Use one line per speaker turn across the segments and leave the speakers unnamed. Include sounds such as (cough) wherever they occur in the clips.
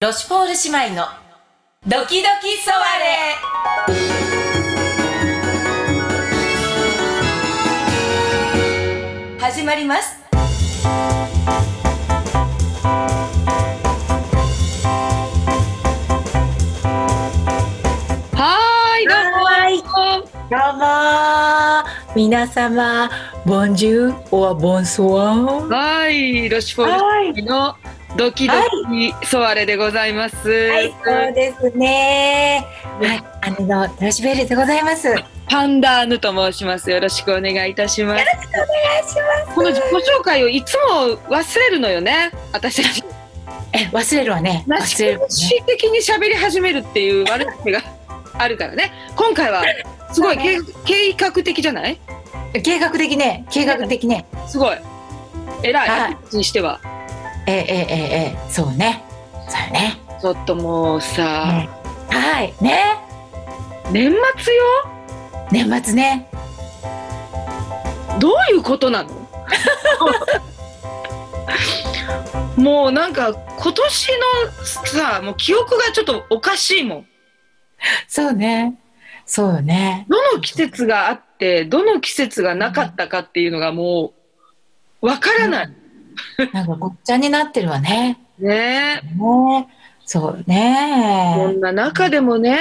ロシュポール姉妹のドキドキソワレ始まります
はーい、ど
はいど
う
う
も。
も皆様ボンジューオアボンソワン
はーい、ロシフォー
はい
ルのドキドキソワレでございます。
はいそうですねはい姉のロシュベルでございますお願いし
パンダーヌと申します。よろしくお願いいたします。
ます
この自己紹介をいつも忘れるのよね。私たち。
え忘れるわね
なし
忘れるわね
崩し的に喋り始めるっていう悪い癖があるからね。今回はすごい
そう
計
ね
計画的じゃない？
計画的ね計画的ね
すごい。偉い。
はい
私にしては。
ええええええそうねそうよね
ちょっともうさ、
ねはいね
年末よ。
年末ね
どういうことなの (laughs) もうなんか今年のさもう記憶がちょっとおかしいもん
そうね。そうよね。
どの季節があってどの季節がなかったかっていうのがもうわからない、
なんかごっちゃになってるわね。
ね
ね。そう
えこん
ね。
な中でもね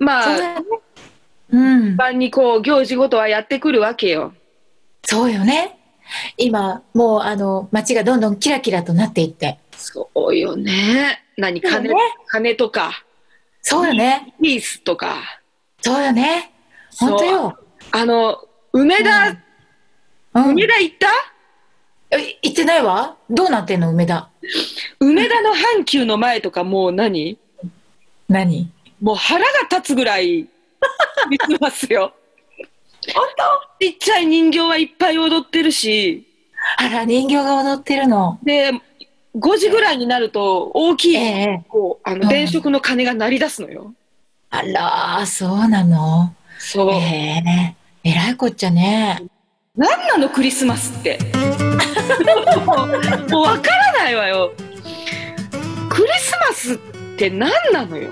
そ
ま
う
あ
だね。うん
一。般にこう行事ごとはやってくるわけよ
そうよね。今、もうあの、街がどんどんキラキラとなっていって。
そうよね何金,、
そうね
金とか
そうよね。
ピースとか
そうよね。
そう
本当よ。
あの梅田、
うん。
梅田行った
え行ってないわ。どうなってんの、梅田。
梅田の阪急の前とかもう何
何
もう腹が立つぐらい見てますよ本当ちっちゃい人形はいっぱい踊ってるし
あら、人形が踊ってるの。
で5時ぐらいになると大き
え
い、
え。
こうあ
う
の
ん
電飾の鐘が鳴り出すのよ、
あら、そうなの。
そう、
ええ。えらいこっちゃね。
何なのクリスマスって (laughs) もう分からないわよクリスマスって何なのよ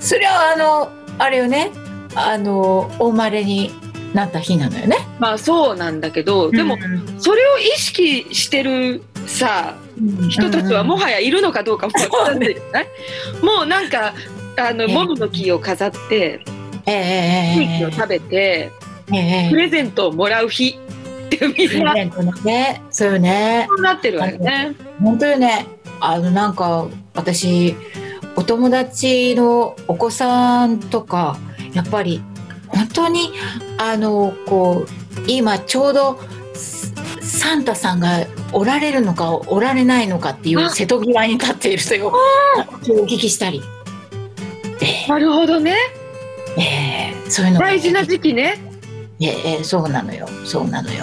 そりゃあのあれよねあのお生まれになった日なのよね
まあそうなんだけどでも、それを意識してるさ人たちはも
う
はやいるのかどうかもわからないじゃない、もうなんかあの
ええ
モミの木を飾って
ええ
ケ
え
ーキを食べて
えええ
プレゼントをもらう日ってみんな
ええねそうよね
そうなってるわよね。
本当よねあのなんか私お友達のお子さんとかやっぱり本当にあのこう今ちょうどササンタさんがおられるのかおられないのかっていう
あ
瀬戸際に立っている人よお聞きしたり。え
なるほどね
えええそういうのが
大事な時期ね。
ええええそうなのよそうなのよ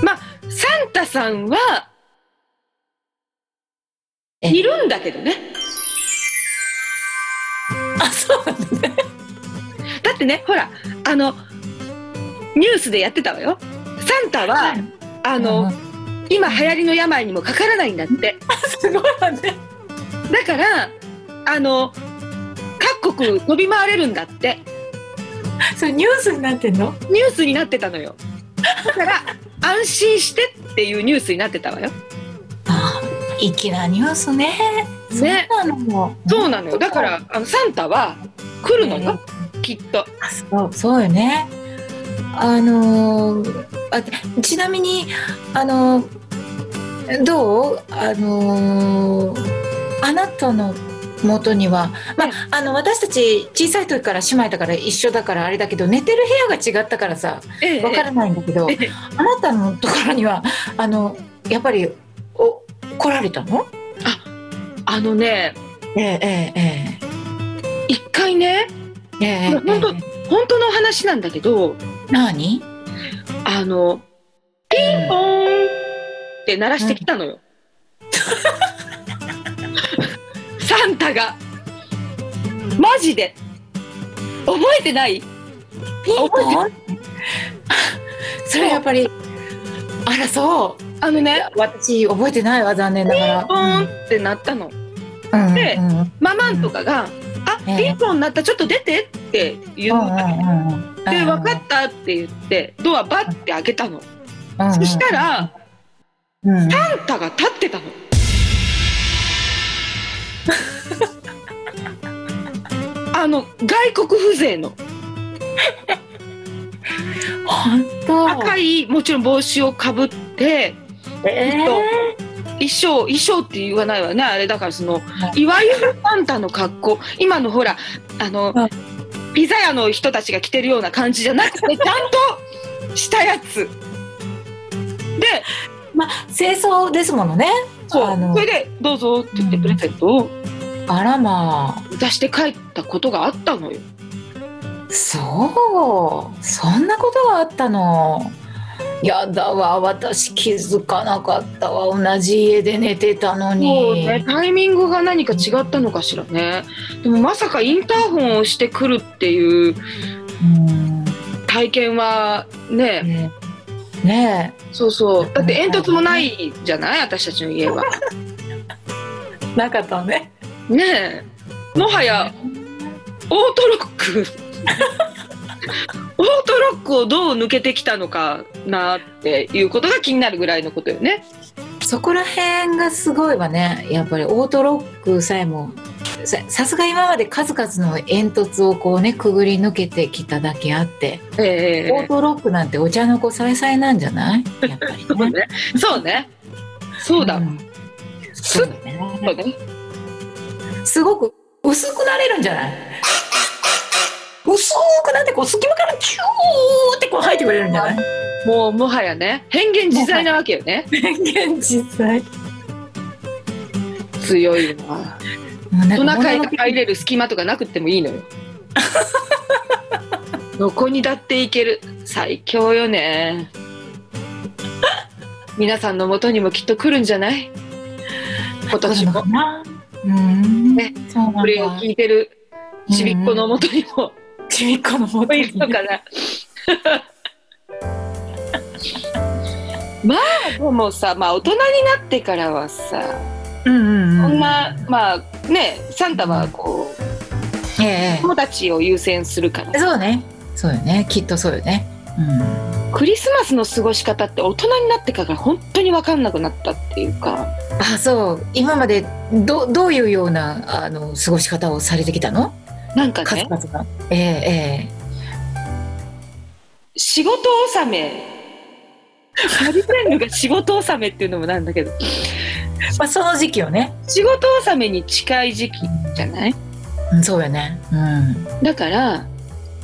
サンタさんは
え
いるんだけどね。
あそうなの
だってねほらあのニュースでやってたわよ。サンタはあの、今流行りの病にもかからないんだって。
すごいわね
だからあの各国飛び回れるんだって
それニュースになってんの
ニュースになってたのよだから安心してっていうニュースになってたわよ
あ粋なニュースね
ね
そうなのよ
そうなのよだからあのサンタは来るのよ、きっと
あそうそうよねあのーあちなみにあのーどうあのーあなたの元には、まあ、あの私たち小さい時から姉妹だから一緒だからあれだけど寝てる部屋が違ったからさ
え
わからないんだけど、
ええ
あなたのところにはあのやっぱりお来られたの？
あのね
ええええ
一回ね
ええ
いや本当本当の話なんだけど
何？
あのピンポーンって鳴らしてきたのよ、サンタがマジで覚えてない
(laughs) ピンポン？それやっぱりあらそう
あのね、
私覚えてないわ残念ながら。
ポーンってなったの。
うん
で
うんうん
ママンとかが、
え
あ、
え
ピンポンなった、ちょっと出てって言うわけ。で、分かったって言って、ドアバッて開けたの。
た
そした、ら、
うんうん
サンタが立ってた (laughs) の。あの、外国風情の
本当。
赤い、もちろん帽子をかぶって、
え
衣装、衣装って言わないわね、あれだからその、
はい
いわゆるサンタの格好、今のほら、あの
はい、
ピザ屋の人たちが着てるような感じじ
(laughs)
ゃなくて、ちゃんとしたやつ。で、
ー清掃ですものね。
そ
あの
う、それで、どうぞって言ってプレゼントを
あらまあ。
出して帰ったことがあったのよ。
そう。そんなことがあったの。やだわ私気づかなかったわ同じ家で寝てたの
そう
に。
ね、タイミングが何か違ったのかしらね。でもまさかインターホンをしてくるっていう
うん
体験はね、
ねね
そうそう。だって煙突もないじゃない私たちの家は。
えなかったわね。
ねえ。もはやオートロック。 (laughs) オートロックをどう抜けてきたのかなっていうことが気になるぐらいのことよね。
そこら辺がすごいわねやっぱりオートロックさえもささすが今まで数々の煙突をこうねくぐり抜けてきただけあって、
ええ
オートロックなんてお茶の子さいさいなんじゃないやっぱり
そ
(laughs)
う
ね。
ね。そうね。そうだ。
んそうだね
そうね。
すごく薄くなれるんじゃない薄くなってこう隙間からキューってこう入ってくれるんじゃない
もうもはやね、変幻自在なわけよね。
(laughs) 現実際
強い
も
な。
うな
トナカイが
物の
入れる隙間とかなくってもいいの
(laughs)
よ。どこにだっていける。最強よね。皆さんの元にもきっと来るんじゃない今年も。
うん、
ね
そうなんだ
これを聞いてるちびっ子の元にも
ちびっこのもと
いるのかな。 (laughs) まあでもさ、まあ、大人になってからはさ
うんうんうん、
こんな、まあねサンタはこう
え
子供たちを優先するか
え
ら
そうねそうよねきっとそうよねうん
クリスマスの過ごし方って大人になってから本当に分かんなくなったっていうか
あそう今までどどういうようなあの過ごし方をされてきたの
なんか
数
ね
々がえええ
仕事納めハリセンヌが仕事納めっていうのもなんだけど
えまあその時期をね、
仕事納めに近い時期じゃない
うん、そうよねう
だから
ん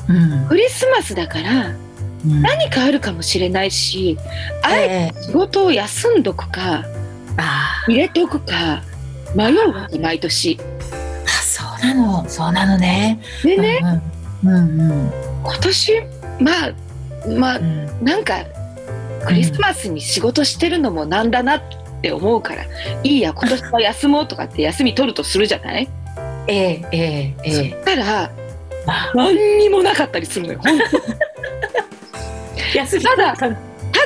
うん
クリスマスだから
うん
何かあるかもしれないしあえ
ええ
て仕事を休んどくか
あ
入れておくか迷うわけ毎年
あそうなのそうなのね
でね
うんうんうん
今年まあまあ
うん
なんかクリスマスに仕事してるのもなんだなって思うから、いいや今年は休もうとかって休み取るとするじゃない
ええええ (laughs) え
そ
え
したら
あ
何にもなかったりするのよほんと
休み
ただ
だ
た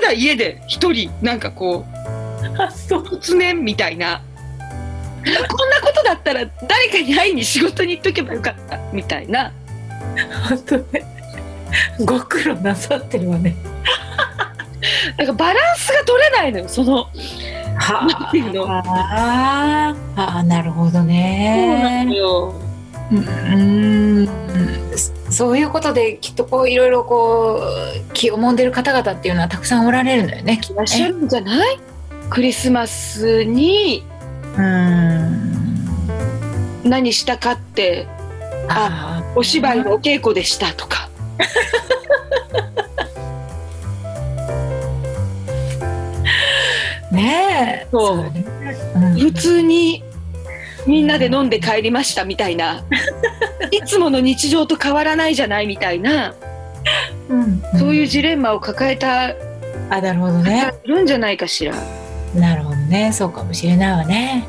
だ家で一人なんかこ
あそう
う突然みたいなこんなことだったら誰かに会いに仕事に行っとけばよかったみたいな
本当ねご苦労なさってるわね
なんかバランスが取れないのよその
は
なんていうのそう
あーあーなるほど
なの
ね。
よ
うーんそそういうことできっとこういろいろこう気をもんでる方々っていうのはたくさんおられるのよね。きっ
い
と
らっしゃ
ね
るんじゃないクリスマスに
うーん
何したかって
あー
お芝居のお稽古でしたとか。
ねえ
そう
だねうん
普通にみんなで飲んで帰りましたみた
(laughs)
いないつもの日常と変わらないじゃないみたいな
うん
そういうジレンマを抱えた
あなるほど
方
ね
いるんじゃないかしら、
なるほどねそうかもしれないわね。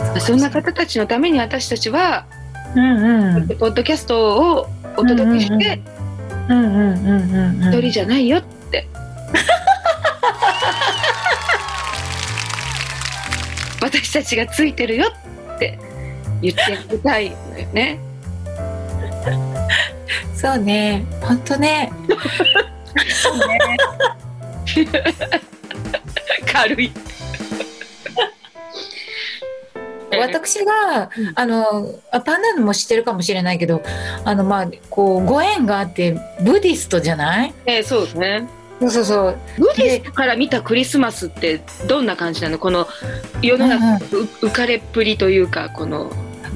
うー
そんな
かもし
方たちのために私たちは、
れないうんうん
ポッドキャストをお届けして、
うんうんうんうんうんうんうん (laughs)
一人じゃないよって私たちがついてるよって言ってあげたいのよね。
そうね本当ねそうね
(laughs) 軽い。
私が、
うん
あのあパンダンも知ってるかもしれないけどあのまあこうご縁があってブディストじゃない
えーそうですね。
そうそうそう
ブディストから見たクリスマスってどんな感じなのこの世の中のう浮かれっぷりというかこの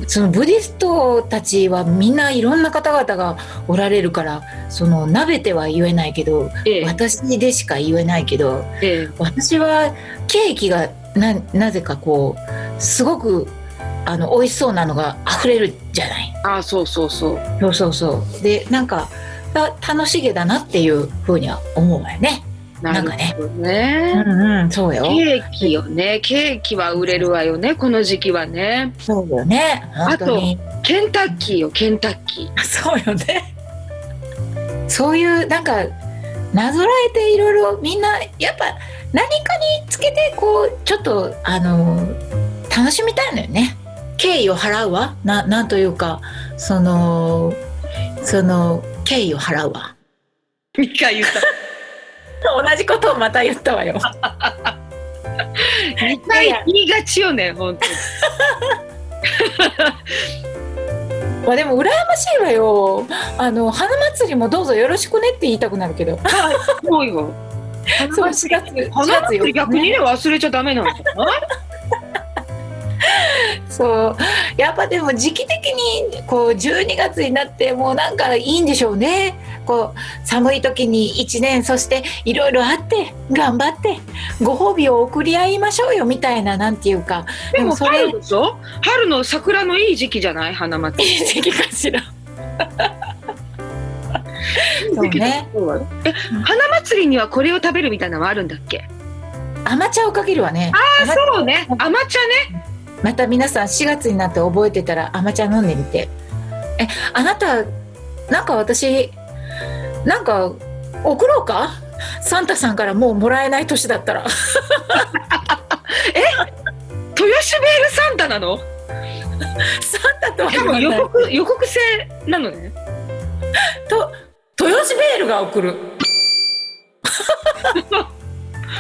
そのブディストたちはみんないろんな方々がおられるからそのなべては言えないけど
えー
私でしか言えないけど
えー
私はケーキがななぜかこうすごくあの美味しそうなのが溢れるじゃない
あーそうそうそう。
そうそうそうでなんかた楽しげだなっていうふうには思うわよね
なるほどね。
んうんそうよ
ケーキよね。ケーキは売れるわよね。この時期はね。
そうよね本当に
ケンタッキーよ、ケンタッキ
(laughs)
ー。
そうよねそういうなんかなぞらえていろいろみんなやっぱ何かにつけてこうちょっとあの楽しみたいのよね敬意を払うわななんというかそのその敬意を払うわ
二回言っ
(laughs) 同じことをまた言ったわ (laughs) よ
た。二回言いがちよね、本 (laughs) 当に。
まあでも羨ましいわよあの花祭りもどうぞよろしくねって言いたくなるけど
そうよ。
そう4月4
花
月
祭り逆にね、忘れちゃダメなんじゃない。
そうやっぱでも時期的にこう12月になってもうなんかいいんでしょうねこう寒い時に1年そしていろいろあって頑張ってご褒美を送り合いましょうよみたいななんていうか
でも、
それ
春でしょ春の桜のいい時期じゃない、花
い
祭り。
い時期かしら。そうね
そうよ。え、花祭りにはこれを食べるみたいなのはあるんだっけ。
甘茶をかけるわね
あ、そうね。甘茶ね。
また皆さん4月になって覚えてたら甘茶飲んでみてえあなたなんか私なんか送ろうかサンタさんからもうもらえない年だったら (laughs)
豊洲ベールサンタなの。
サンタとは
し
言
かも
わ
予
ない。
告、予告制なのね。
と、豊洲ベールが送る。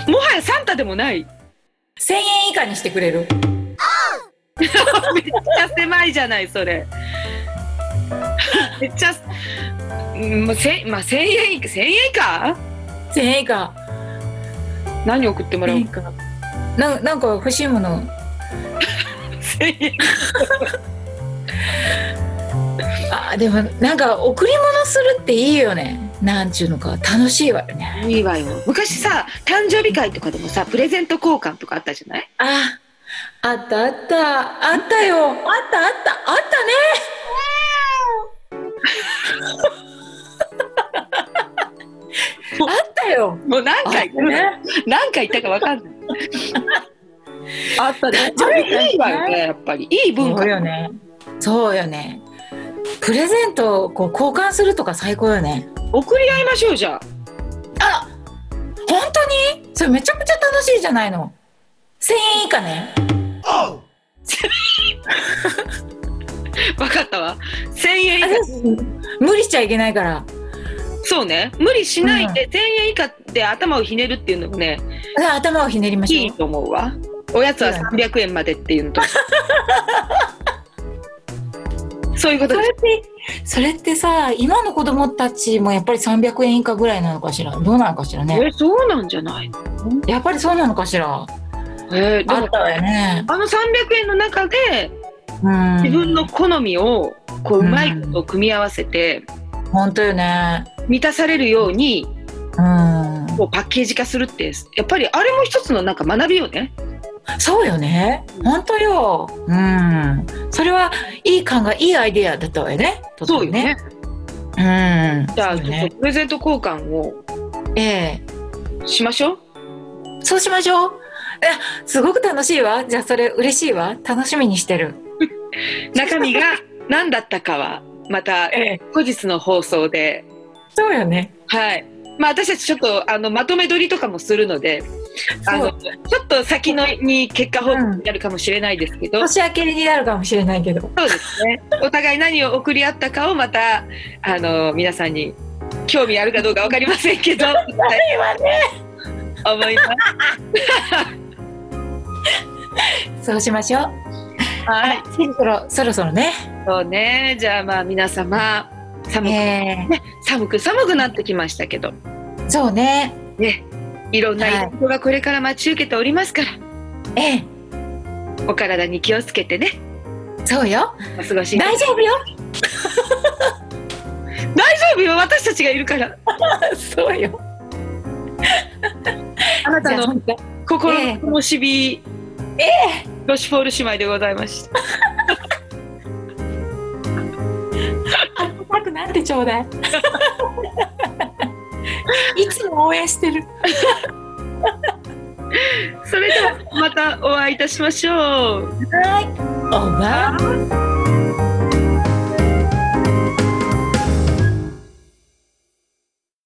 もはやサンタでもない。 (laughs)
1000円以下にしてくれる。
めっちゃ狭いじゃないそれ。 (laughs) めっちゃ、うんまあ、せまあ千円以千円以下？
1000円以下。
何送ってもら
な？
う
んか、ななんか欲しいもの。
千円。
あ、でも、なんか贈り物するっていいよね。なんちゅうのか、楽しいわよね。
いいわよ。昔さ誕生日会とかでもさプレゼント交換とかあったじゃない？
あ、あったあった、あったよ。あったあった、あったね。あったよ。
もう何
あ
回、
ね。
何回言ったかわ
(laughs)
かんない。あったね。あれいいわよねやっぱりいい文
そう
化。
よね。そうよね。プレゼントをこう交換するとか最高よね。
送り合いましょうじゃあ。
本当にそれめちゃくちゃ楽しいじゃないの。1000円以下ね。
わかったわ。千円以
あ
下
れ無理しちゃいけないから。
そうね無理しないで、1000円以下で頭をひねるっていうのもね
頭をひねりま
い
し
い
ょう。
と思うわおやつは300円までっていうのと
(laughs)
そういうこと
そ
で
れって、それってさ、今の子供たちもやっぱり300円以下ぐらいなのかしら。どうなのかしら
す
ね。
えそうなんじゃないの
やっぱりそうなのかしら。
えーで
あ
も
ったわよね。
あの300円の中で
うん。
自分の好みをこううまいことを組み合わせて
本当よね。
満たされるように
うん。
こうパッケージ化するってやっぱりあれも一つのなんか学びよね
そうよね。本当よ。うん。それはいい感がいいアイデアだったわよね。とても
そうよね。
うん。
じゃ
そ
あ、
う
ちょっ
ね
とプレゼント交換を
ええ
しましょう
そうしましょう。え、すごく楽しいわ。じゃあそれ嬉しいわ。楽しみにしてる。
中身が何だったかはまた
ええ。
後日の放送で
そうよね。
はいまあ私たちちょっとあのまとめ撮りとかもするのであ
そ
の
う
ちょっと先のに結果報告になるかもしれないですけど、
年明けになるかもしれないけど
そうですね。お互い何を送り合ったかをまたあの皆さんに興味あるかどうかわかりませんけど、はい
今ね
思います。
そうしましょう
はい。
そろそろそろね
そうね。じゃあまあ皆様寒く、
え
寒く寒くなってきましたけど
ーそうね
ね。いろんなイ
はい
ベントがこれから待ち受けておりますから、
ええ
お体に気をつけてね、
そうよ
お過ごし。
大丈夫よ
大丈夫よ、私たちがいるから。
そうよ
あな
じ
た
ゃあ
の心の灯火、
え
ロシュフォール姉妹でございました。
温かくなってちょうだいいつも応援してる
それではまたお会いいたしましょう。
はいおばあ